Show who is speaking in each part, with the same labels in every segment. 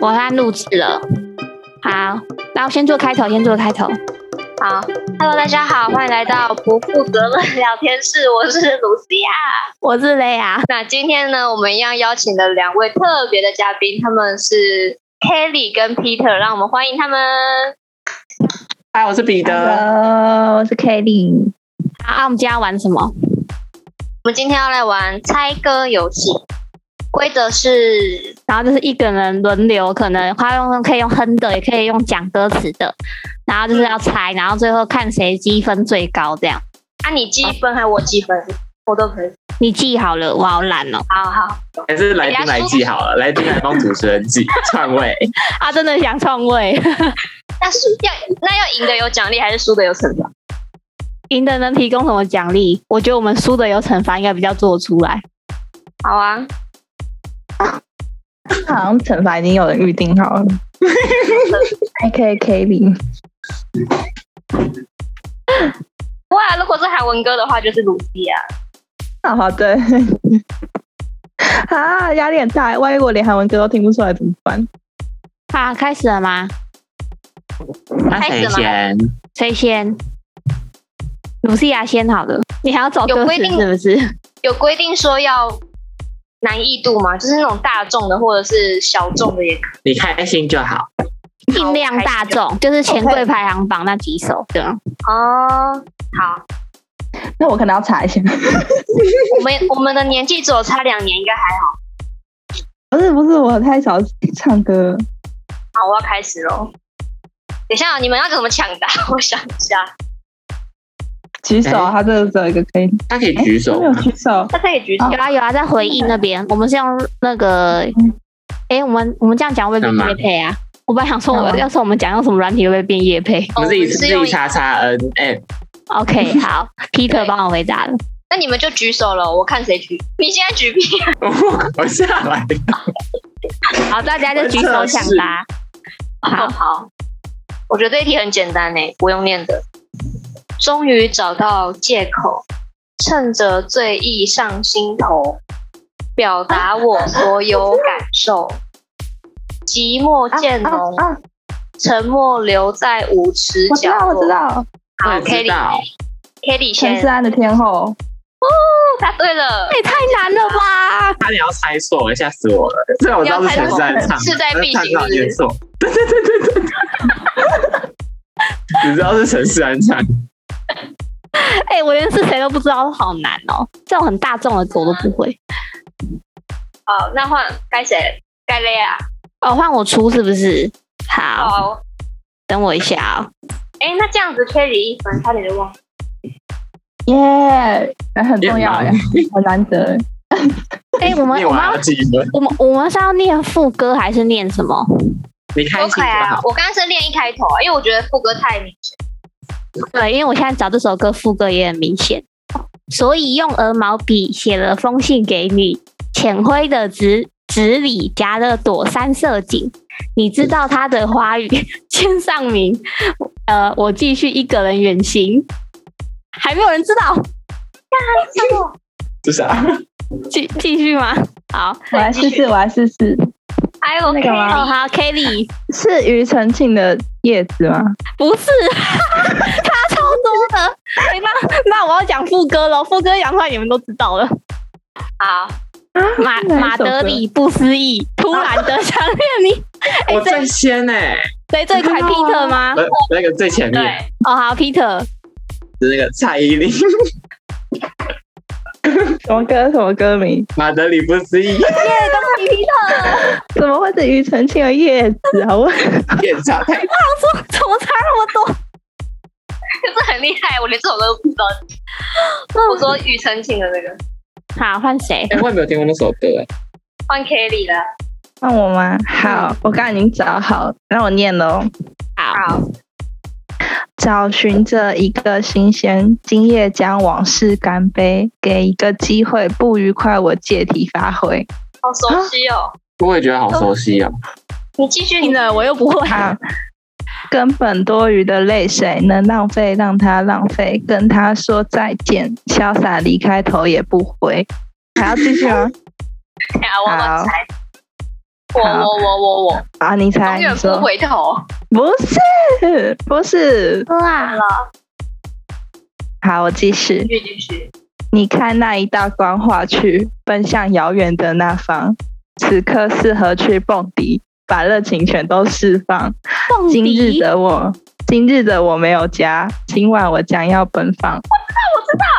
Speaker 1: 我按录制了。好，那我先做开头，先做开头。
Speaker 2: 好，Hello，大家好，欢迎来到不负责任聊天室，我是卢西亚。
Speaker 1: 我是雷亚，
Speaker 2: 那今天呢，我们一样邀请了两位特别的嘉宾，他们是 Kelly 跟 Peter，让我们欢迎他们。
Speaker 3: 嗨，哎我是彼得。
Speaker 4: Hello，我是 Kelly。
Speaker 1: 好，啊我们今天要玩什么？
Speaker 2: 我们今天要来玩猜歌游戏，规则是
Speaker 1: 然后就是一个人轮流，可能他用可以用哼的，也可以用讲歌词的，然后就是要猜，然后最后看谁积分最高这样。
Speaker 2: 啊，你积分还是我积分，我都可以。
Speaker 1: 你记好了，我好懒哦。
Speaker 2: 好好，
Speaker 3: 还是来宾来记好了，来宾来帮主持人 记篡位。
Speaker 1: 啊，真的想篡位，
Speaker 2: 那是要那要赢的有奖励，还是输的有惩罚？
Speaker 1: 赢的能提供什么奖励？我觉得我们输的有惩罚，应该比较做得出来。
Speaker 2: 好啊，
Speaker 4: 好像惩罚已经有人预定好了。还可以 Kelly，
Speaker 2: 哇，啊如果是韩文歌的话，就是鲁西亚。
Speaker 4: 啊好的。 啊，压力很大，万一我连韩文歌都听不出来怎么办？
Speaker 1: 好，开始了吗？
Speaker 3: 那谁先？
Speaker 1: 谁先？鲁西亚先好了。你还要找
Speaker 2: 有
Speaker 1: 歌词
Speaker 2: 规定
Speaker 1: 是不是？
Speaker 2: 有规定说要难易度吗？就是那种大众的或者是小众的也可
Speaker 3: 你开心就好。
Speaker 1: 尽量大众，就是钱柜排行榜那几首这样。
Speaker 2: 以。哦，好，
Speaker 4: 那我可能要查一下。
Speaker 2: 我们我们的年纪只有差两年，应该还好。
Speaker 4: 不是不是，我太少唱歌。
Speaker 2: 好，我要开始喽。等一下啊，你们要怎么抢答？ 我想一下，
Speaker 4: 举手，
Speaker 3: 哎
Speaker 4: 他这个只有一个可以。
Speaker 3: 他可以举
Speaker 2: 哎
Speaker 3: 手
Speaker 4: 没有举手。
Speaker 2: 他可以举手。
Speaker 1: 有啊有啊，在回应那边，我们是用那个，哎、我们我们这样讲会不会
Speaker 3: 干嘛
Speaker 1: 变叶配啊？我本来想说我，
Speaker 4: 干嘛
Speaker 1: 要是我们讲用什么软体会不会变 叶配
Speaker 2: 哦
Speaker 3: 我们自己自
Speaker 2: 是用
Speaker 3: 己叉叉 N 哎 M，
Speaker 1: ？OK，好，Peter
Speaker 2: 对
Speaker 1: 帮我回答了。
Speaker 2: 那你们就举手了，我看谁举。你现在举屁！
Speaker 3: 我下来。
Speaker 1: 好，大家就举手抢答。
Speaker 2: 好
Speaker 1: 好
Speaker 2: 好，我觉得这一题很简单呢，不用念的。终于找到借口，趁着醉意上心头，表达我所有感受。寂寞渐浓，
Speaker 4: 啊！啊
Speaker 2: 沉默留在舞池
Speaker 4: 我知
Speaker 2: 角
Speaker 4: 道，
Speaker 2: 落。
Speaker 4: 我知道，
Speaker 2: 好
Speaker 3: 我也知道
Speaker 2: ，Kelly，Kelly
Speaker 4: 陈
Speaker 2: 先
Speaker 4: 思，安的天后。
Speaker 2: 答对了
Speaker 1: 这。也太难了吧！
Speaker 3: 差点要猜错了，吓死我了。虽然我知道是陈珊唱的，
Speaker 2: 势在必行
Speaker 3: 但是唱到念错。 对对对对对对。你知道是陈思安唱，
Speaker 1: 哎、我连是谁都不知道，好难哦。这种很大众的歌我都不会。
Speaker 2: 好，那换该谁？该雷啊。
Speaker 1: 哦，换我出是不是？好，
Speaker 2: 好，
Speaker 1: 等我一下哦。
Speaker 2: 哎，那这样子 Kelly 一分，差点就忘了。
Speaker 4: 耶，很重要
Speaker 3: 也
Speaker 4: 呀，很难得。
Speaker 1: 哎、我们
Speaker 3: 念
Speaker 1: 我们
Speaker 3: 完
Speaker 1: 要
Speaker 3: 要记分。
Speaker 1: 我们我们是要念副歌还是念什么？
Speaker 3: 你开
Speaker 2: 都
Speaker 3: 心
Speaker 2: 可以
Speaker 3: 就
Speaker 2: 啊
Speaker 3: 好。，
Speaker 2: 我刚刚是练一开头啊，因为我觉得副歌太明显。
Speaker 1: 对，因为我现在找这首歌副歌也很明显，所以用鹅毛笔写了封信给你，浅灰的纸纸里夹了朵三色堇，你知道它的花语，签上名。呃，我继续一个人远行，还没有人知道，
Speaker 3: 是啊啥？
Speaker 1: 继继续吗？好，
Speaker 4: 我来试试，我来试试。
Speaker 2: 哎，我
Speaker 4: 那个
Speaker 1: 哦，
Speaker 4: 吗
Speaker 1: 好，Kelly，
Speaker 4: 是庾澄庆的叶子吗？
Speaker 1: 不是， 差超多的。哎那那我要讲副歌喽，副歌讲出来你们都知道了。
Speaker 2: 好，
Speaker 4: 哪
Speaker 1: 马
Speaker 4: 一
Speaker 1: 马
Speaker 4: 首
Speaker 1: 德
Speaker 4: 歌
Speaker 1: 里不思议，突然的想念你，
Speaker 3: 啊
Speaker 2: 哎
Speaker 3: 我最先呢，
Speaker 1: 谁最快
Speaker 4: 真的吗
Speaker 1: Peter 吗？
Speaker 3: 呃那个最前面
Speaker 2: 对，
Speaker 1: 哦，好，Peter，
Speaker 3: 是那个蔡依林，
Speaker 4: 什么歌？什么歌名？
Speaker 3: 马德里不思议。
Speaker 4: 怎么会是庾澄庆的叶子啊？我
Speaker 3: 夜场太
Speaker 1: 说怎么差那么多？
Speaker 2: 就是很厉害，我连这首歌都不知道。我说庾澄庆的那个，
Speaker 1: 好，换谁？
Speaker 3: 哎，我也没有听过那首歌哎。
Speaker 2: 换 Kelly 了。
Speaker 4: 换我吗？好，我刚刚已经找好了，让我念喽。
Speaker 1: 好，
Speaker 2: 好，
Speaker 4: 找寻着一个新鲜，今夜将往事干杯，给一个机会，不愉快我借题发 挥。
Speaker 2: 好熟悉哦。
Speaker 3: 我也觉得好熟悉哦。
Speaker 2: 你继续，你
Speaker 1: 定了，我又不会。
Speaker 4: 啊，根本多余的泪水能浪费，让它浪费，跟他说再见，潇洒离 开，头也不回。还要继续吗？
Speaker 2: 等一下我我
Speaker 4: 好
Speaker 2: 猜。我我我我我，
Speaker 4: 啊！你
Speaker 2: 永
Speaker 4: 猜你
Speaker 2: 远不
Speaker 4: 说
Speaker 2: 回头。
Speaker 4: 不是，不是。
Speaker 1: 哇，
Speaker 4: 好，我继续。
Speaker 2: 继续继续，
Speaker 4: 你看那一道光划去，奔向遥远的那方。此刻适合去蹦迪，把热情全都释放。
Speaker 1: 蹦
Speaker 4: 今日
Speaker 1: 迪
Speaker 4: 的我，今日的我没有家，今晚我将要奔放。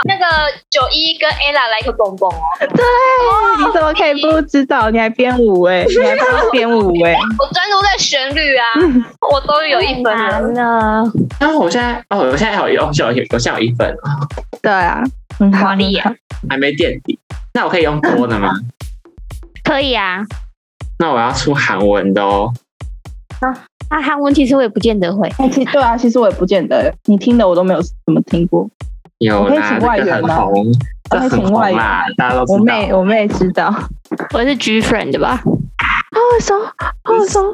Speaker 2: 那个九一跟 ella 来个蹦蹦哦，
Speaker 4: 对，哎你怎么可以不知道？你还编舞哎、你还帮编舞 哎、
Speaker 2: 我专注在旋律啊，我终于有一分
Speaker 1: 太
Speaker 2: 了。
Speaker 1: 难了，
Speaker 3: 啊，我现在哦，我现在还有，我现在有，我现在有一分，
Speaker 4: 对啊，很好，
Speaker 2: 华丽
Speaker 4: 很好
Speaker 2: 啊
Speaker 3: 还没垫底。那我可以用多的吗？
Speaker 1: 可以啊。
Speaker 3: 那我要出韩文的哦。
Speaker 1: 那韩啊文其实我也不见得会，
Speaker 5: 哎、其实对啊，其实我也不见得，你听的我都没有怎么听过。
Speaker 3: 有
Speaker 5: 我可以
Speaker 3: 啦，
Speaker 5: 请外
Speaker 3: 这个
Speaker 5: 援
Speaker 3: 很
Speaker 5: 吗
Speaker 3: 红，这
Speaker 5: 我可以
Speaker 3: 很
Speaker 5: 请外
Speaker 3: 红
Speaker 5: 援
Speaker 3: 啦，大家都
Speaker 4: 我
Speaker 3: 知
Speaker 4: 妹，
Speaker 3: 道。
Speaker 4: 我妹知道。
Speaker 1: 我是 G friend 的吧？
Speaker 4: 我手，我手，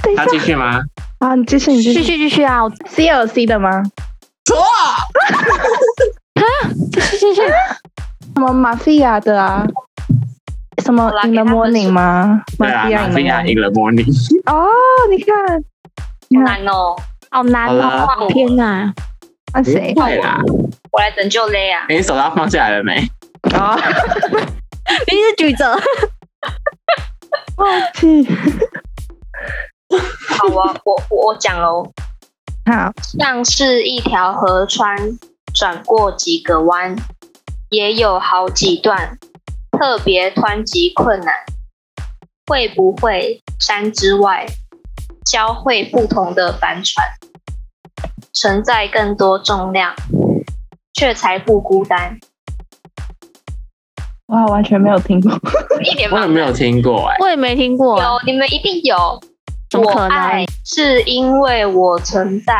Speaker 4: 等一下
Speaker 3: 要继续吗？
Speaker 4: 啊！你继续，你继
Speaker 1: 继
Speaker 4: 续。
Speaker 1: 续继续啊，我
Speaker 4: C L C 的吗？
Speaker 1: 继续继续。
Speaker 4: 什么马菲亚的啊？什么
Speaker 2: 好啦
Speaker 4: In the
Speaker 2: 给他们说
Speaker 4: Morning 吗？
Speaker 3: 对啊，
Speaker 4: Mafia
Speaker 3: 马
Speaker 4: in
Speaker 3: 菲
Speaker 4: the
Speaker 3: 亚
Speaker 4: morning
Speaker 3: 赢了 Morning。
Speaker 4: 哦，你看，
Speaker 2: 好难哦，
Speaker 1: 好难哦！
Speaker 3: 好
Speaker 2: 啦
Speaker 1: 天哪，
Speaker 4: 那啊谁？
Speaker 3: 不会啦，
Speaker 2: 我来拯救 Lay 啊！
Speaker 3: 哎你手套放下来了没？嗯
Speaker 4: 哦，
Speaker 1: 你是举着，
Speaker 4: 忘记。
Speaker 2: 好啊，我我我讲哦，
Speaker 4: 好，
Speaker 2: 像是一条河川，转过几个弯，也有好几段，特别湍急困难。会不会山之外，教会不同的帆船，承载更多重量，却才不孤单？
Speaker 5: 哇，完全没有听过。
Speaker 2: 一点
Speaker 3: 我
Speaker 2: 吧
Speaker 3: 也，没有听过哎。
Speaker 1: 我也没听过，啊
Speaker 2: 有你们一定有。
Speaker 1: 怎么可
Speaker 2: 我爱
Speaker 1: 能？
Speaker 2: 是因为我存在，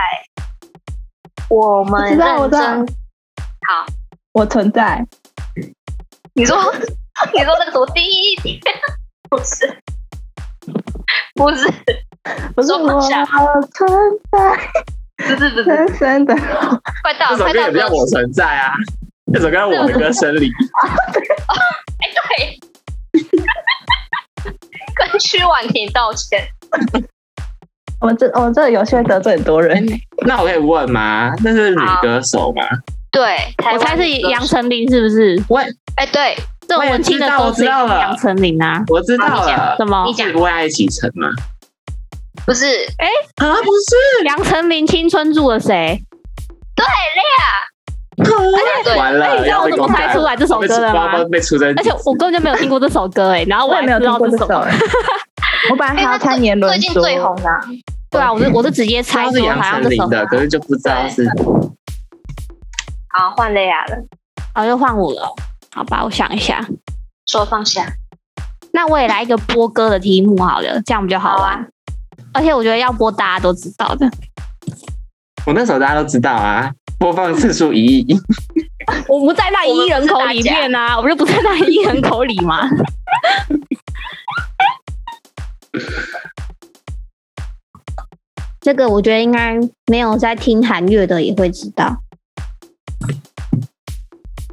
Speaker 2: 我们
Speaker 5: 我知道我
Speaker 2: 认
Speaker 5: 知道
Speaker 2: 真。
Speaker 5: 我存在，
Speaker 2: 你说， 你说那个什么第一天，不是，不是，
Speaker 5: 不是
Speaker 2: 说
Speaker 5: 我
Speaker 2: 不下
Speaker 5: 存在，
Speaker 2: 不是，不是，
Speaker 5: 深深的。
Speaker 2: 快到
Speaker 3: 这
Speaker 2: 了，
Speaker 3: 首
Speaker 2: 快
Speaker 3: 歌
Speaker 2: 到
Speaker 3: 也不叫
Speaker 2: 了，
Speaker 3: 我存在啊，这首歌我的歌声里。
Speaker 2: 哎，对， 跟屈婉婷道歉，
Speaker 5: 我这我这个游戏会得罪很多人。
Speaker 3: 那我可以问吗？那是女歌手吗？
Speaker 2: 对，
Speaker 1: 我猜是杨
Speaker 2: 丞，
Speaker 1: 丞琳是不是？
Speaker 2: 哎，对，
Speaker 1: 这种
Speaker 3: 我也
Speaker 1: 文青的
Speaker 3: 知道
Speaker 1: 歌
Speaker 3: 我
Speaker 1: 词
Speaker 3: 知
Speaker 1: 也
Speaker 3: 道
Speaker 1: 是
Speaker 3: 了
Speaker 1: 杨丞琳啊？
Speaker 3: 我知道了，
Speaker 1: 什么
Speaker 2: 你？讲
Speaker 3: 是为爱启程吗？
Speaker 2: 不是，
Speaker 3: 啊，不 是，
Speaker 1: 杨丞琳青春住了谁？
Speaker 2: 哎，对，
Speaker 3: 完了，
Speaker 1: 哎，你知道
Speaker 3: 要
Speaker 1: 我
Speaker 3: 被
Speaker 1: 怎么
Speaker 3: 公
Speaker 1: 猜
Speaker 3: 开
Speaker 1: 出来这首歌的吗
Speaker 3: 被？被出征，
Speaker 1: 而且我根本就没有听过这首歌哎，然后
Speaker 4: 我也
Speaker 1: 还
Speaker 4: 没有
Speaker 1: 知
Speaker 4: 听
Speaker 1: 道
Speaker 4: 过这
Speaker 1: 首
Speaker 4: 首。哎我本来还
Speaker 2: 因为
Speaker 4: 要
Speaker 2: 它
Speaker 4: 猜
Speaker 2: 最
Speaker 4: 年轮
Speaker 2: 最近
Speaker 4: 说，
Speaker 2: 最红的啊，
Speaker 1: 对啊，我是我是直接
Speaker 3: 他
Speaker 1: 猜说
Speaker 3: 是杨
Speaker 1: 好像
Speaker 3: 丞
Speaker 1: 这首
Speaker 3: 琳，的，可是就不知道是
Speaker 2: 好，换雷亚了，
Speaker 1: 哦又换我了，好吧，我想一下，
Speaker 2: 说放下，
Speaker 1: 那我也来一个播歌的题目好了，这样比较好玩
Speaker 2: 啊。，
Speaker 1: 而且我觉得要播大家都知道的，
Speaker 3: 我那首大家都知道啊，播放次数一亿，
Speaker 1: 我不在那
Speaker 2: 我们
Speaker 1: 一
Speaker 2: 不是
Speaker 1: 人口
Speaker 2: 大
Speaker 1: 里
Speaker 2: 家
Speaker 1: 面啊，我们就不在那一人口里嘛。 这个我觉得应该没有在听韩乐的也会知道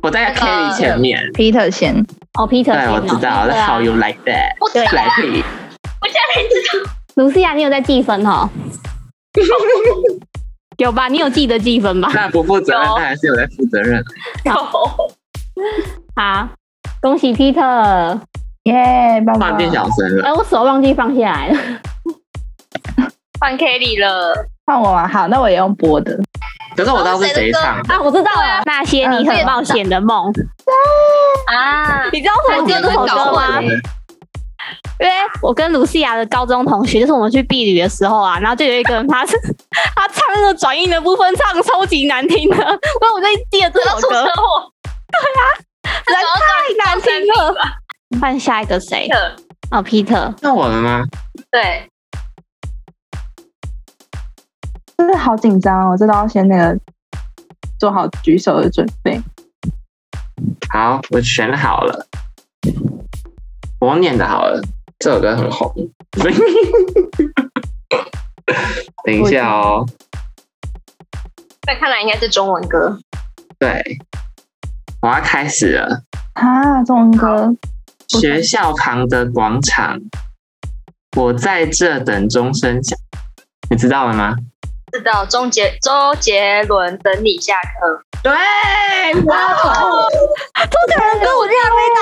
Speaker 3: 我在 Kelly 前面。
Speaker 4: Peter 先，
Speaker 1: 哦
Speaker 3: 对，
Speaker 1: ，Peter 先
Speaker 3: 哎我
Speaker 1: 哦
Speaker 3: 知道
Speaker 1: 嗯对
Speaker 3: 了，How
Speaker 1: 啊
Speaker 3: you like that？
Speaker 2: 我知道
Speaker 3: 来可以，
Speaker 2: 我现在才知道，
Speaker 1: 卢思雅，你有在计分 哦？有吧？你有记得计分吧？
Speaker 3: 那不负责任，
Speaker 2: 有
Speaker 3: 那还是有在负责任。
Speaker 1: 好，恭喜 Peter！
Speaker 5: 耶，棒
Speaker 3: 突然
Speaker 5: 棒！
Speaker 3: 变小声了，
Speaker 1: 哎、我手忘记放下来了。
Speaker 2: 换 Kelly 了，
Speaker 5: 换我啊，好，那我也用播的。
Speaker 3: 可是我知道是谁唱的，
Speaker 1: 啊，我知道了，那些你很冒险的梦。
Speaker 2: 啊，
Speaker 1: 你知道啊为什么只有这首歌吗？因为我跟卢西亚的高中同学，就是我们去避旅的时候啊，然后就有一个人他是他唱那个转音的部分唱超级难听的，所以我就记得这
Speaker 2: 要
Speaker 1: 首
Speaker 2: 出
Speaker 1: 歌
Speaker 2: 车祸，
Speaker 1: 实在太难听了。换下一个谁？哦，Peter，
Speaker 3: 那我了吗？
Speaker 2: 对。
Speaker 5: 真的好紧张哦，这都要先那个做好举手的准备。
Speaker 3: 好，我选好了，我念的好了，这首歌很 红。等一下哦，
Speaker 2: 那看来应该是中文歌。
Speaker 3: 对，我要开始了。
Speaker 5: 啊，中文歌
Speaker 3: 学校旁的广场，我在这等钟声响，你知道了吗？
Speaker 2: 知道周杰周杰伦等你下课，
Speaker 3: 对，哇
Speaker 1: 周杰伦跟我这样没答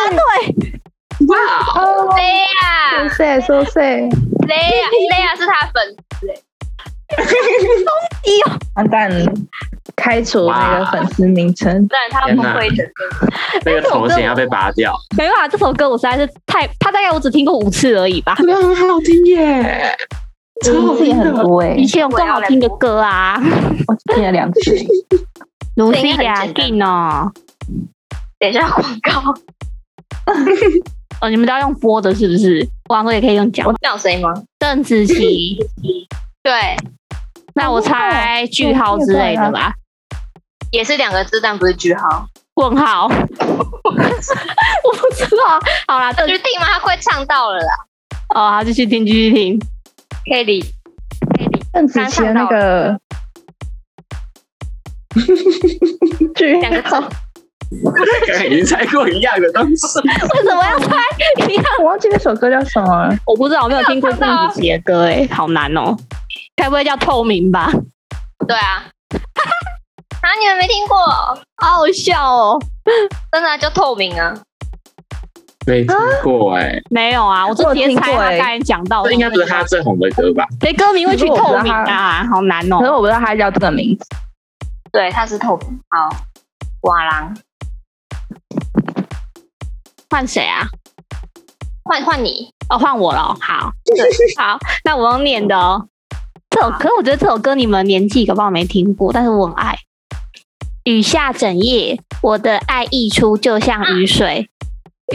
Speaker 1: 对，
Speaker 3: 哇，
Speaker 2: 雷亚
Speaker 4: 谢谢谢，
Speaker 2: 雷亚雷亚是他粉，
Speaker 4: 完蛋了，开除那个粉丝名称。
Speaker 2: 不然他
Speaker 3: 天
Speaker 2: 不
Speaker 3: 哪
Speaker 2: 会整个。
Speaker 3: 那个头衔要被拔掉，
Speaker 1: 没办法，这首歌我实在是太，他大概我只听过五次而已吧。
Speaker 3: 那个很好听耶，超好
Speaker 5: 自己
Speaker 3: 听
Speaker 5: 很
Speaker 3: 的。
Speaker 4: 欸
Speaker 5: 多哎
Speaker 1: 以，前有更好听的歌啊，
Speaker 5: 我只听了两次。
Speaker 1: 卢西
Speaker 2: 这应该
Speaker 1: 亚
Speaker 2: 很简
Speaker 1: Gin 哦，
Speaker 2: 等一下广告，
Speaker 1: 哦，你们都要用播的，是不是？我想说也可以用讲
Speaker 2: 我。那有声音吗？
Speaker 1: 邓紫 棋，
Speaker 2: 对，
Speaker 1: 那我猜句号之类的吧，
Speaker 2: 也是两个字，但不是句号。
Speaker 1: 问号。 我不知道，好啦，
Speaker 2: 那
Speaker 1: 邓
Speaker 2: 就定吗？他快唱到了啦，
Speaker 1: 哦，好，继续听，继续听。
Speaker 2: 可以理，可以理。
Speaker 4: 邓紫棋的那个 句
Speaker 2: 两个字，
Speaker 4: 号，
Speaker 3: 刚已经猜过一样的东西，
Speaker 1: 为什么要猜？一样？
Speaker 4: 我忘记那首歌叫什么了。
Speaker 1: 我不知道，我没有听过邓紫棋的歌，哎，好难哦。该不会叫透明吧？
Speaker 2: 对啊， 啊，你们没听过？
Speaker 1: 好好笑哦。
Speaker 2: 真的啊、就透明啊，
Speaker 3: 没听过哎、
Speaker 1: 没有啊，我就直接猜他刚才讲到的。
Speaker 3: 这应该不是他最红的歌吧？
Speaker 1: 谁歌名会取透明啊？好难
Speaker 4: 可是
Speaker 1: 哦。
Speaker 4: 我不知道他叫这个名字。
Speaker 2: 对，它是透明。好，瓦郎，
Speaker 1: 换谁啊？
Speaker 2: 换换你，
Speaker 1: 哦，换我了哦。好，好，那我用念的哦。这首歌，我觉得这首歌你们年纪搞不好没听过，但是我很爱。雨下整夜，我的爱溢出，就像雨水；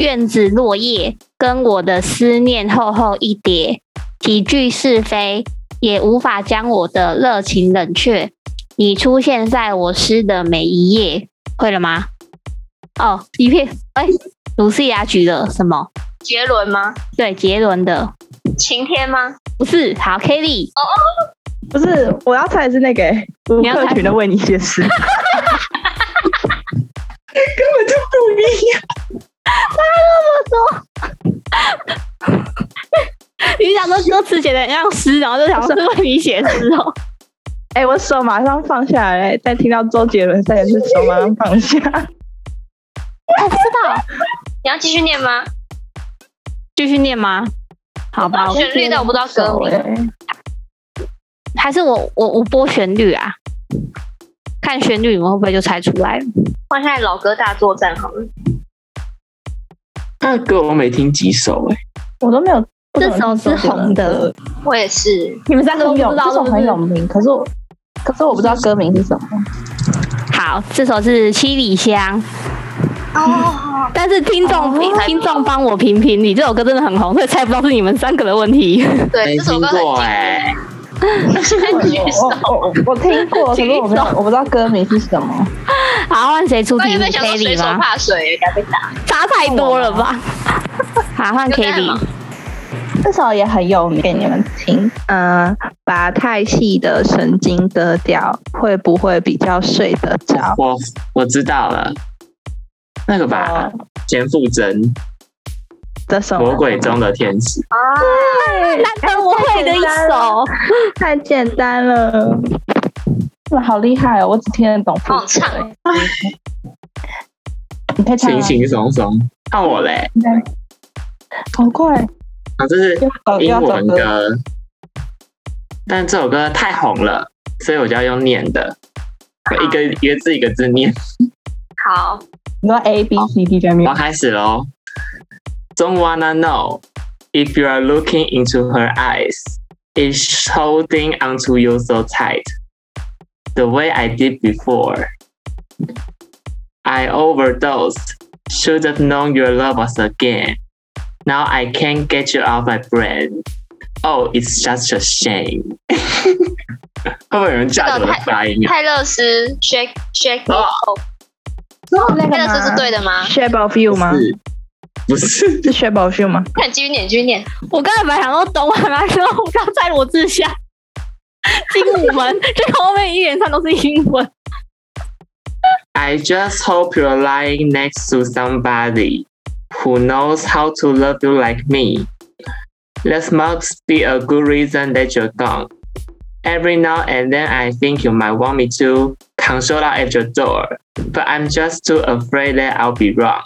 Speaker 1: 院子落叶，跟我的思念厚厚一叠。几句是非，也无法将我的热情冷却。你出现在我诗的每一页，会了吗？哦，一片，哎、卢西亚举了什么？
Speaker 2: 杰伦吗？
Speaker 1: 对，杰伦的
Speaker 2: 晴天吗？
Speaker 1: 不是好 Kelly，
Speaker 2: 哦
Speaker 4: 不是，我要猜的是那个欸吴
Speaker 1: 要猜
Speaker 4: 克群的《为你写诗》。
Speaker 1: 你想说歌词写的很像诗，然后就想说是为 你写诗哦。
Speaker 4: 哎、我手马上放下来了，但听到周杰伦，再也是手马上放下。
Speaker 1: 我不知道，
Speaker 2: 你要继续念吗？
Speaker 1: 继续念吗？好吧，我
Speaker 2: 旋律但我不知道歌名。
Speaker 4: 哎
Speaker 1: 还是我我我播旋律啊，看旋律你们会不会就猜出来了？
Speaker 2: 换下来老歌大作战好了。
Speaker 3: 他的歌我没听几首哎、
Speaker 5: 我都没有。
Speaker 1: 这首是红的，
Speaker 2: 我也是，
Speaker 1: 你们三个都
Speaker 5: 很
Speaker 1: 不
Speaker 5: 有
Speaker 1: 知道
Speaker 5: 这
Speaker 1: 是
Speaker 5: 首
Speaker 1: 不
Speaker 5: 很有
Speaker 1: 是？
Speaker 5: 名，可是我可是我不知道歌名是什么。
Speaker 1: 好，这首是七里香。哦，但是听众
Speaker 2: 哦
Speaker 1: 评、听众帮我评评理，这首歌真的很红，所以猜不到是你们三个的问题。
Speaker 2: 对，
Speaker 3: 没
Speaker 2: 这首
Speaker 3: 听
Speaker 2: 歌
Speaker 3: 过
Speaker 2: 很
Speaker 3: 哎、
Speaker 2: 经 典。举手
Speaker 5: 我我我我听过，可是我不知道我不知道歌名是什么。
Speaker 1: 好，换谁出
Speaker 2: 我
Speaker 1: 题
Speaker 2: 原
Speaker 1: 目
Speaker 2: 本想说水
Speaker 1: ？Kelly
Speaker 2: 手
Speaker 1: 吗？
Speaker 2: 怕水，该被打。
Speaker 1: 差太多了吧？好，换
Speaker 2: 哦有答案
Speaker 1: Kelly
Speaker 2: 吗。
Speaker 5: 这首也很有名，给你们听。
Speaker 4: 呃，把太细的神经割掉，会不会比较睡得着？
Speaker 3: 我我知道了，那个吧，田馥甄《
Speaker 4: 这首
Speaker 3: 魔鬼中的天使》
Speaker 1: 难得我会的一首，
Speaker 4: 太简单了，
Speaker 5: 哇，好厉害哦！我只听得懂副
Speaker 2: 好
Speaker 5: 歌
Speaker 2: 唱
Speaker 5: 欸。你可以唱
Speaker 3: 轻
Speaker 5: 吗？
Speaker 3: 轻松松。看我嘞，
Speaker 5: 好快，
Speaker 3: 啊，这是
Speaker 5: 又要走又
Speaker 3: 英
Speaker 5: 哦要走
Speaker 3: 文
Speaker 5: 歌。
Speaker 3: 歌，但这首歌太红了，所以我就要用念的，我一个一个字一个字念。
Speaker 2: 好，
Speaker 5: 你说 A B C D 在
Speaker 3: 我
Speaker 5: 面
Speaker 3: 要，开始喽。Don't wanna know if you are looking into her eyes. It's holding onto you so tight, the way I did before. I overdosed. Should have known your love was again. Now I can't get you out my brain. Oh, it's just a shame. 会不会有人架着我的发音啊？
Speaker 2: 泰勒斯 Shake Shake It
Speaker 3: 哦
Speaker 2: Off，
Speaker 4: 那
Speaker 2: 泰勒斯是对的吗？
Speaker 4: Shape of You 吗？
Speaker 3: 是，不是？
Speaker 4: 是 Shape of You 吗？
Speaker 2: 看，继续念，继续念。
Speaker 1: 我刚才本来想说懂完了之后，我刚在罗志祥、精武门，这后面一连串都是英文。
Speaker 3: I just hope you're lying next to somebody who knows how to love you like me. That must be a good reason that you're gone. Every now and then I think you might want me to console out at your door, but I'm just too afraid that I'll be wrong.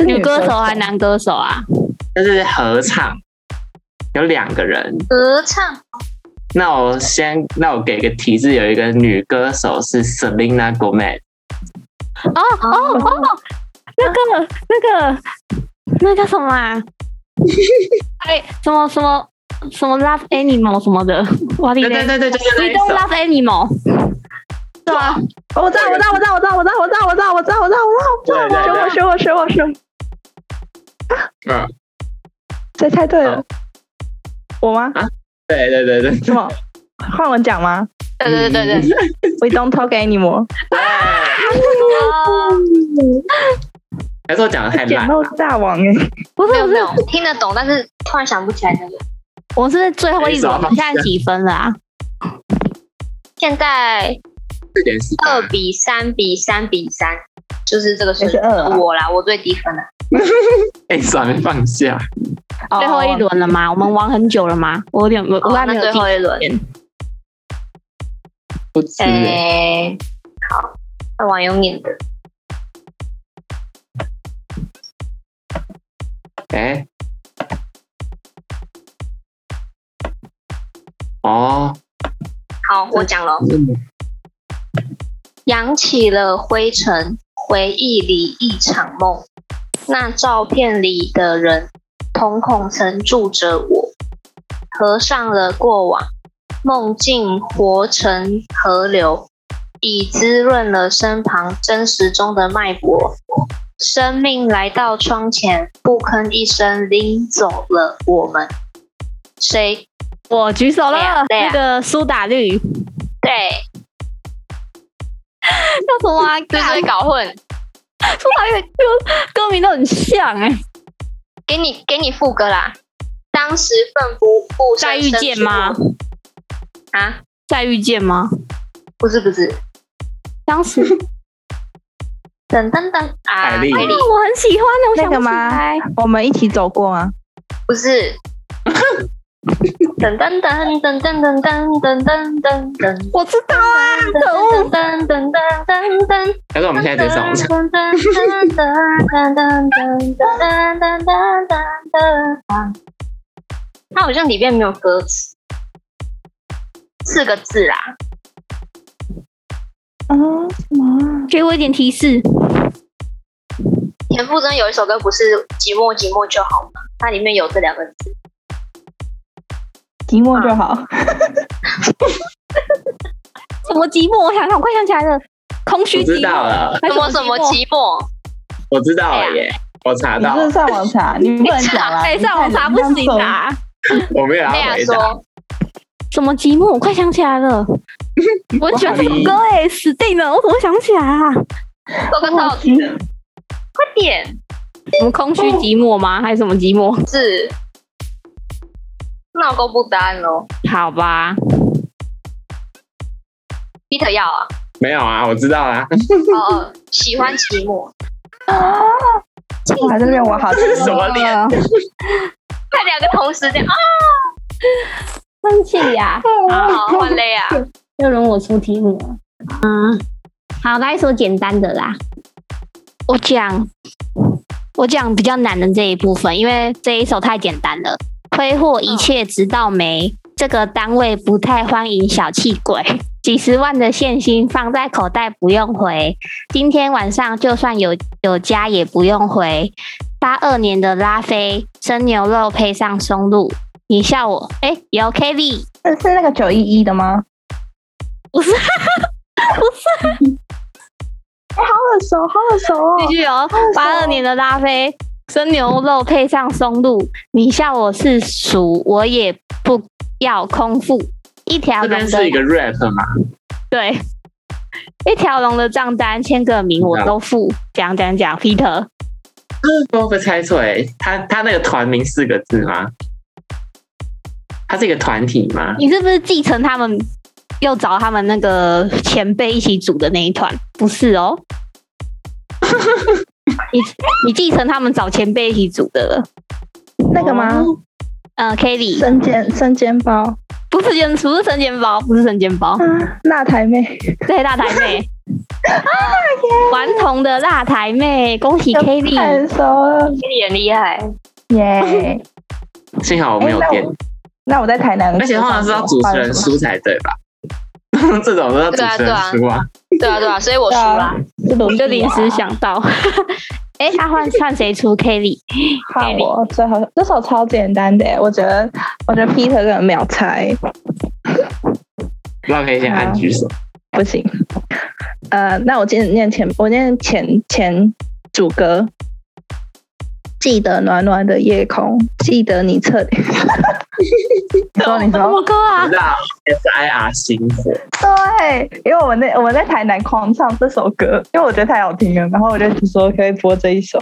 Speaker 5: 是
Speaker 1: 女歌手还
Speaker 5: 还
Speaker 1: 是男歌手啊？
Speaker 3: 这是合唱，有两个人。
Speaker 2: 合唱
Speaker 3: 那我先，那我给个提示，有一个女歌手是 Selena Gomez，
Speaker 1: 哦哦哦，那个那个那叫什么啊？哎，什么什么什么 Love Animal 什么的，哇你
Speaker 3: 对对
Speaker 1: 嘞
Speaker 3: 对对，就是那
Speaker 1: We
Speaker 3: 一首
Speaker 1: don't。love animal，对啊，
Speaker 4: 我知道，我知道，我知道，我知道，我知道，我知道，我知道，我知道，我知道，我知道，
Speaker 3: 对对
Speaker 4: 选我，
Speaker 3: 对
Speaker 4: 选我，选我，选我。
Speaker 3: 嗯，
Speaker 4: 谁猜对了
Speaker 3: 好？
Speaker 4: 我吗？
Speaker 3: 对对对对，
Speaker 4: 什么？换我讲吗
Speaker 2: 对对对对
Speaker 1: 嗯
Speaker 2: 对，
Speaker 4: ？We don't talk anymore。
Speaker 2: 哦
Speaker 3: 还是我讲的太
Speaker 4: 捡
Speaker 3: 烂，
Speaker 4: 漏大王哎，
Speaker 1: 不是
Speaker 2: 没有没
Speaker 1: 不是，
Speaker 2: 有听得懂，但是突然想不起来那个。
Speaker 1: 我是最后一
Speaker 3: 没什么
Speaker 1: 轮，
Speaker 3: 方
Speaker 1: 你现在
Speaker 3: 向
Speaker 1: 几分了啊？
Speaker 2: 现在
Speaker 3: 四点十八
Speaker 2: 二。比三比三比三，就是这个顺序
Speaker 4: 也是二啊
Speaker 2: 我啦，我最低分啊了。
Speaker 3: 哎，爽没放下，
Speaker 1: 最后一轮了吗？我们玩很久了吗？我有点我我
Speaker 2: 哦
Speaker 1: 还
Speaker 2: 那
Speaker 1: 没有
Speaker 2: 最
Speaker 1: 听
Speaker 2: 后一轮，
Speaker 3: 不吃欸
Speaker 2: 哎，好，那网友念的，
Speaker 3: 哎。哦，
Speaker 2: 好，我讲了。扬起了灰尘，回忆里一场梦。那照片里的人，瞳孔曾住着我。合上了过往，梦境活成河流，已滋润了身旁真实中的脉搏。生命来到窗前，不吭一声，拎走了我们。谁？
Speaker 1: 我举手
Speaker 2: 对
Speaker 1: 了
Speaker 2: 啊，对啊
Speaker 1: 那个苏打绿叫
Speaker 2: 对，
Speaker 1: 什么啊？
Speaker 2: 就是
Speaker 1: 干
Speaker 2: 会搞混。
Speaker 1: 苏打绿歌歌名都很像 哎，
Speaker 2: 给你给你副歌啦。当时奋不顾身
Speaker 1: 再遇见吗？
Speaker 2: 啊，
Speaker 1: 再遇见吗？
Speaker 2: 不是不是，
Speaker 1: 当时
Speaker 2: 等等等啊，
Speaker 3: 海莉
Speaker 2: 海
Speaker 1: 哦我很喜欢的，我
Speaker 4: 那
Speaker 1: 想
Speaker 4: 个
Speaker 1: 不起
Speaker 4: 吗
Speaker 1: 来。
Speaker 4: 我们一起走过吗？
Speaker 2: 不是。等等等等等等等等等等等，
Speaker 1: 我知道啊，可恶！
Speaker 2: 等等等等等等。
Speaker 3: 但是我们现在只是
Speaker 2: 噔噔噔噔噔噔噔噔噔噔噔噔。它好像里面没有歌词，四个字啦。
Speaker 4: 啊，什么啊？
Speaker 1: 给我一点提示，
Speaker 2: 田馥甄有一首歌不是“寂寞寂寞就好”吗？它里面有这两个字。
Speaker 4: 寂寞就好。
Speaker 1: 什么寂寞？我想想，我快想起来了，空虚
Speaker 3: 我
Speaker 1: 寂
Speaker 3: 知道
Speaker 1: 寞，
Speaker 3: 了，
Speaker 1: 还
Speaker 2: 什
Speaker 1: 有
Speaker 2: 么什么
Speaker 1: 寂寞？
Speaker 2: 寂寞？
Speaker 3: 我知道了耶，我查
Speaker 5: 你
Speaker 3: 到
Speaker 5: 是
Speaker 3: 了，
Speaker 5: 上网查，你不能讲啊！
Speaker 1: 哎，上网查不行啊！
Speaker 3: 我没有要
Speaker 2: 贝亚
Speaker 3: 回答。
Speaker 2: 说
Speaker 1: 什么寂寞？我快想起来了， 我很喜欢这首歌哎，死定了！我怎么会想不起来啊？：“
Speaker 2: 都跟 到底的，快点
Speaker 1: 什么空虚寂寞吗？还是什么寂寞？
Speaker 2: 是。”那我公布答案喽。
Speaker 1: 好吧，
Speaker 2: Peter 要啊，
Speaker 3: 没有啊，我知道啦。
Speaker 2: 哦哦，喜欢寂寞，
Speaker 4: 我还是认我好。
Speaker 3: 这是 什么脸？
Speaker 2: 快两个同时点啊！
Speaker 1: 生气呀！
Speaker 2: 好，换嘞啊，
Speaker 1: 又轮我出题目了。嗯，好，来一首简单的啦。我讲，我讲比较难的这一部分，因为这一首太简单了。挥霍一切直到没，这个单位不太欢迎小气鬼。 几十万的现金放在口袋不用回，今天晚上就算有有家也不用回。八二年的拉菲生牛肉配上松露，你笑我？哎、有 Kelly
Speaker 4: 是是那个九一一的吗？
Speaker 1: 不是。
Speaker 4: 二手，哎好耳熟哦
Speaker 1: 继续 哦，八二年的拉菲生牛肉配上松露，你笑我是鼠，我也不要空腹。一条
Speaker 3: 这
Speaker 1: 龙
Speaker 3: 边是一
Speaker 1: 的
Speaker 3: 个 rap 嘛，
Speaker 1: 对， 一条龙的账单签个名我都付。讲讲讲，Peter，
Speaker 3: 都被猜错哎。他他那个团名四个字吗？他是一个团体吗？
Speaker 1: 你是不是继承他们又找他们那个前辈一起组的那一团？不是哦。 你你继承他们找前辈一起组的了，
Speaker 4: 那个吗？
Speaker 1: 呃，Kelly
Speaker 4: 生煎生煎包
Speaker 1: 不是生不是生煎包，不是生煎包，
Speaker 4: 啊，辣台妹，
Speaker 1: 对，辣台妹，顽童的辣台妹，恭喜 Kelly，
Speaker 4: 太熟了，
Speaker 2: Kelly 很厉害，
Speaker 4: 耶！
Speaker 3: 幸好我没有
Speaker 4: 哎那
Speaker 3: 点，
Speaker 4: 我那我在台南的
Speaker 3: 而且
Speaker 4: 时候
Speaker 3: 通常
Speaker 4: 放
Speaker 3: 是
Speaker 4: 什么，
Speaker 3: 要主持人输才对吧？ 这种都要主
Speaker 2: 对啊
Speaker 3: 持人输啊，
Speaker 2: 对啊对啊，所以我输啦。
Speaker 4: 是
Speaker 1: 我
Speaker 4: 鲁
Speaker 1: 们就临时想到， 哎，他换换谁出 Kelly？
Speaker 4: 换我，最后这首超简单的耶，我觉得我觉得 Peter 根本没有猜，
Speaker 3: 那我可以先按举手。
Speaker 4: 不行。呃，那我今天念前，我念前前主歌。记得暖暖的夜空，记得你侧 脸。你说，你说，
Speaker 1: 我哥啊，
Speaker 3: 那 S I R 星火，
Speaker 4: 对，因为我们那我们在台南狂唱这首歌，因为我觉得太好听了，然后我就一直说可以播这一首。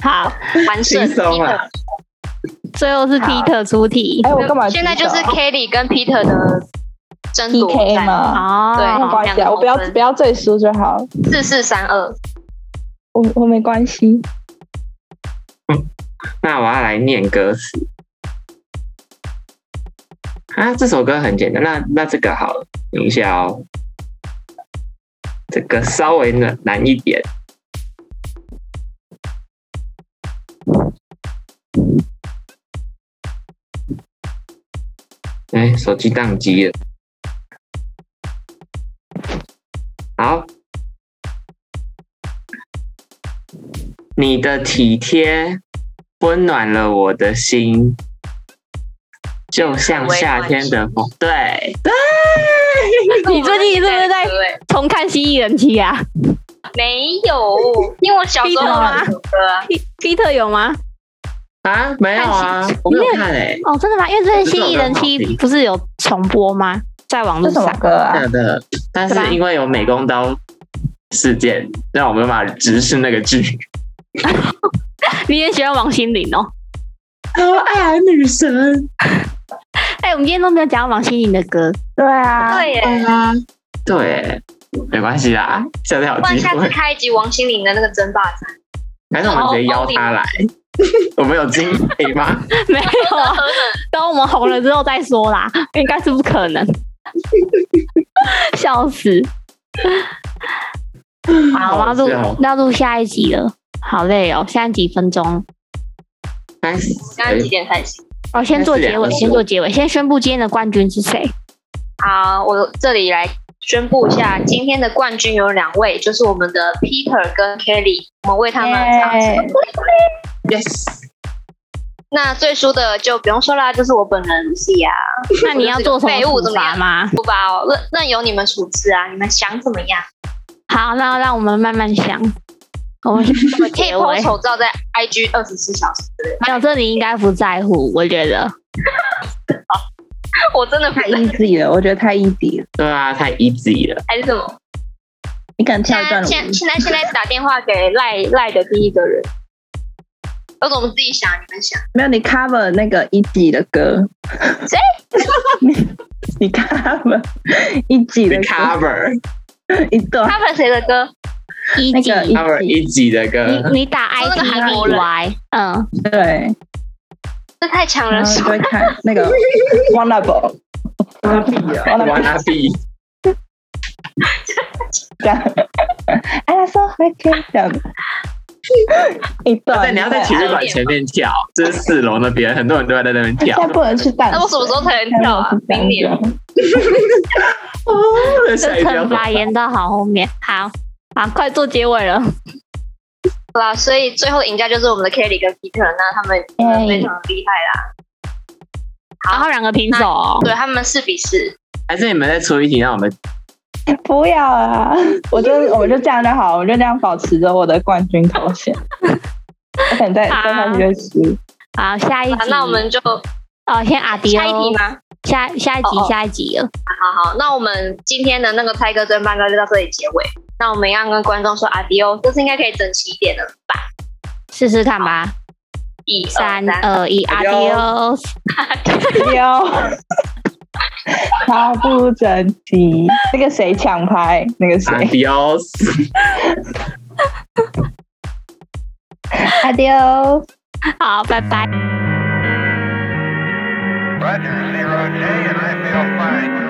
Speaker 1: 好，
Speaker 2: 完胜
Speaker 3: 轻松啊
Speaker 2: Peter，
Speaker 1: 最后是 Peter 出题
Speaker 4: 哎、，我干嘛举手
Speaker 2: 现在
Speaker 4: 啊？
Speaker 2: 就是 Kelly 跟 Peter 的争夺
Speaker 4: PK
Speaker 2: 战，
Speaker 4: 嘛。
Speaker 1: 哦，
Speaker 2: 对
Speaker 4: 没关系啊，我不要不要最输就好，
Speaker 2: 四四三二，
Speaker 4: 我我没关系。
Speaker 3: 那我要来念歌词啊，这首歌很简单，那那这个好了，等一下哦，这个稍微难难一点。哎，手机宕机了。好，你的体贴温暖了我的心，就像夏天的风。对，
Speaker 1: 你最近是不是在
Speaker 2: 对对
Speaker 1: 重看《蜥蜴人七》啊
Speaker 2: 没有，因为我小时候
Speaker 1: Peter 吗
Speaker 2: 有这首歌啊，
Speaker 1: ？P-？Peter 有吗？
Speaker 3: 啊，没有啊，我没有看诶、
Speaker 1: 哦，真的吗？因为最近《蜥蜴人七
Speaker 3: 这首歌好听》
Speaker 1: 不是有重播吗？在网
Speaker 4: 这
Speaker 1: 络
Speaker 4: 什么
Speaker 1: 上，
Speaker 4: 歌啊？
Speaker 3: 真的。但
Speaker 1: 对吧
Speaker 3: 是因为有美工刀事件，让我没办法直视那个剧。
Speaker 1: 你也喜欢王心凌哦？
Speaker 3: 我爱女神。
Speaker 1: 哎，我们今天都没有讲到王心凌的歌，
Speaker 4: 对啊，
Speaker 2: 对耶。
Speaker 3: 啊，对，没关系啦，下次还有
Speaker 2: 不然
Speaker 3: 机
Speaker 2: 下次
Speaker 3: 会，
Speaker 2: 开一集王心凌的那个争霸战，
Speaker 3: 还是我们直接邀他来。我们有经费吗？
Speaker 1: 没有 啊？等我们红了之后再说啦，应该是不可能。 笑死！好，我要
Speaker 3: 好笑
Speaker 1: 录要录下一集了，好累哦，现在几分钟？
Speaker 3: 开始
Speaker 2: 现在几点才行？
Speaker 1: 哦，先做结尾，
Speaker 3: 24
Speaker 1: 先做结尾，先宣布今天的冠军是 谁？
Speaker 2: 好，我这里来宣布一下，今天的冠军有两位，就是我们的 Peter 跟 Kelly，我们为他们掌声。
Speaker 4: 耶
Speaker 3: yes，
Speaker 2: 那最输的就不用说啦，就是我本人 Lucy 啊，
Speaker 1: 那你要做什么
Speaker 2: 废物怎
Speaker 1: 处
Speaker 2: 么
Speaker 1: 罚
Speaker 2: 样
Speaker 1: 吗？
Speaker 2: 不吧哦，任任由你们处置啊，你们想怎么样？
Speaker 1: 好，那让我们慢慢想。我们先做
Speaker 2: 可以
Speaker 1: 结
Speaker 2: po
Speaker 1: 尾，
Speaker 2: 丑照在 IG 二十四小时 之类的，
Speaker 1: 没有这你应该不在乎，我觉得。
Speaker 2: 我真的不
Speaker 4: 太
Speaker 2: 能
Speaker 4: easy 了，我觉得太 easy 了。
Speaker 3: 对啊，太 easy 了。
Speaker 2: 还是什么？
Speaker 4: 你可能
Speaker 2: 现
Speaker 4: 跳一段
Speaker 2: 在
Speaker 4: 舞，
Speaker 2: 现现在现在打电话给赖赖的第一个人，我怎么自己想？你们想？
Speaker 4: 没有你 cover 那个一级的歌。
Speaker 2: 谁？
Speaker 4: 你你 cover 一级的
Speaker 3: The
Speaker 4: 歌
Speaker 3: cover
Speaker 4: 一段
Speaker 2: 他们谁的歌？
Speaker 1: 一
Speaker 4: 那
Speaker 1: 级，
Speaker 4: 个
Speaker 1: 你
Speaker 3: cover 一级的歌，
Speaker 1: 你打 I
Speaker 2: 说那
Speaker 1: D
Speaker 2: 个韩国
Speaker 1: Y，嗯，
Speaker 4: 对，
Speaker 2: 这太强
Speaker 4: 然
Speaker 2: 人
Speaker 4: 后你
Speaker 2: 所
Speaker 4: 就会 看那个 Wonderful。
Speaker 3: 玩
Speaker 4: 我
Speaker 3: 蜡笔，
Speaker 4: 这样，哎呀，说还可以这样，一段。
Speaker 3: 啊对，你要在体育馆前面跳，就是四楼那边，很多人都在那边
Speaker 4: 现
Speaker 3: 跳。
Speaker 4: 在不能去淡水。
Speaker 2: 那我什么时候才能跳啊？明年
Speaker 1: 这
Speaker 3: 下一
Speaker 1: 惩
Speaker 3: 条
Speaker 1: 罚延到好后面，好，好，快做结尾了。
Speaker 2: 好啦，所以最后的赢家就是我们的 Kelly 跟 Peter，那他们真的非常厉害啦。
Speaker 1: 然后两个平手哦，
Speaker 2: 对他们四比四，
Speaker 3: 还是你们再出一题，让我们
Speaker 4: 不要啊！我就我就这样就好，我就这样保持着我的冠军头衔。我可能再
Speaker 1: 好
Speaker 4: 再下去就输。
Speaker 1: 好，下一
Speaker 2: 好
Speaker 1: 集，
Speaker 2: 那我们就
Speaker 1: 哦，先阿迪
Speaker 2: 下一
Speaker 1: 哦
Speaker 2: 题，吗？
Speaker 1: 下下一集
Speaker 2: 哦哦，
Speaker 1: 下一集了，
Speaker 2: 好好，那我们今天的那个猜歌争霸哥就到这里结尾。那我们要跟观众说 adios，这次应该可以整齐一点了吧？
Speaker 1: 试试看吧。
Speaker 2: 一
Speaker 1: 三
Speaker 2: 二
Speaker 1: 二一，Adios。哦
Speaker 2: 哎
Speaker 4: 丢，超不整齐。那个谁抢拍？那个谁
Speaker 3: adios。
Speaker 4: ？Adios。
Speaker 1: 好，拜拜。
Speaker 6: Roger, zero J, and I feel fine.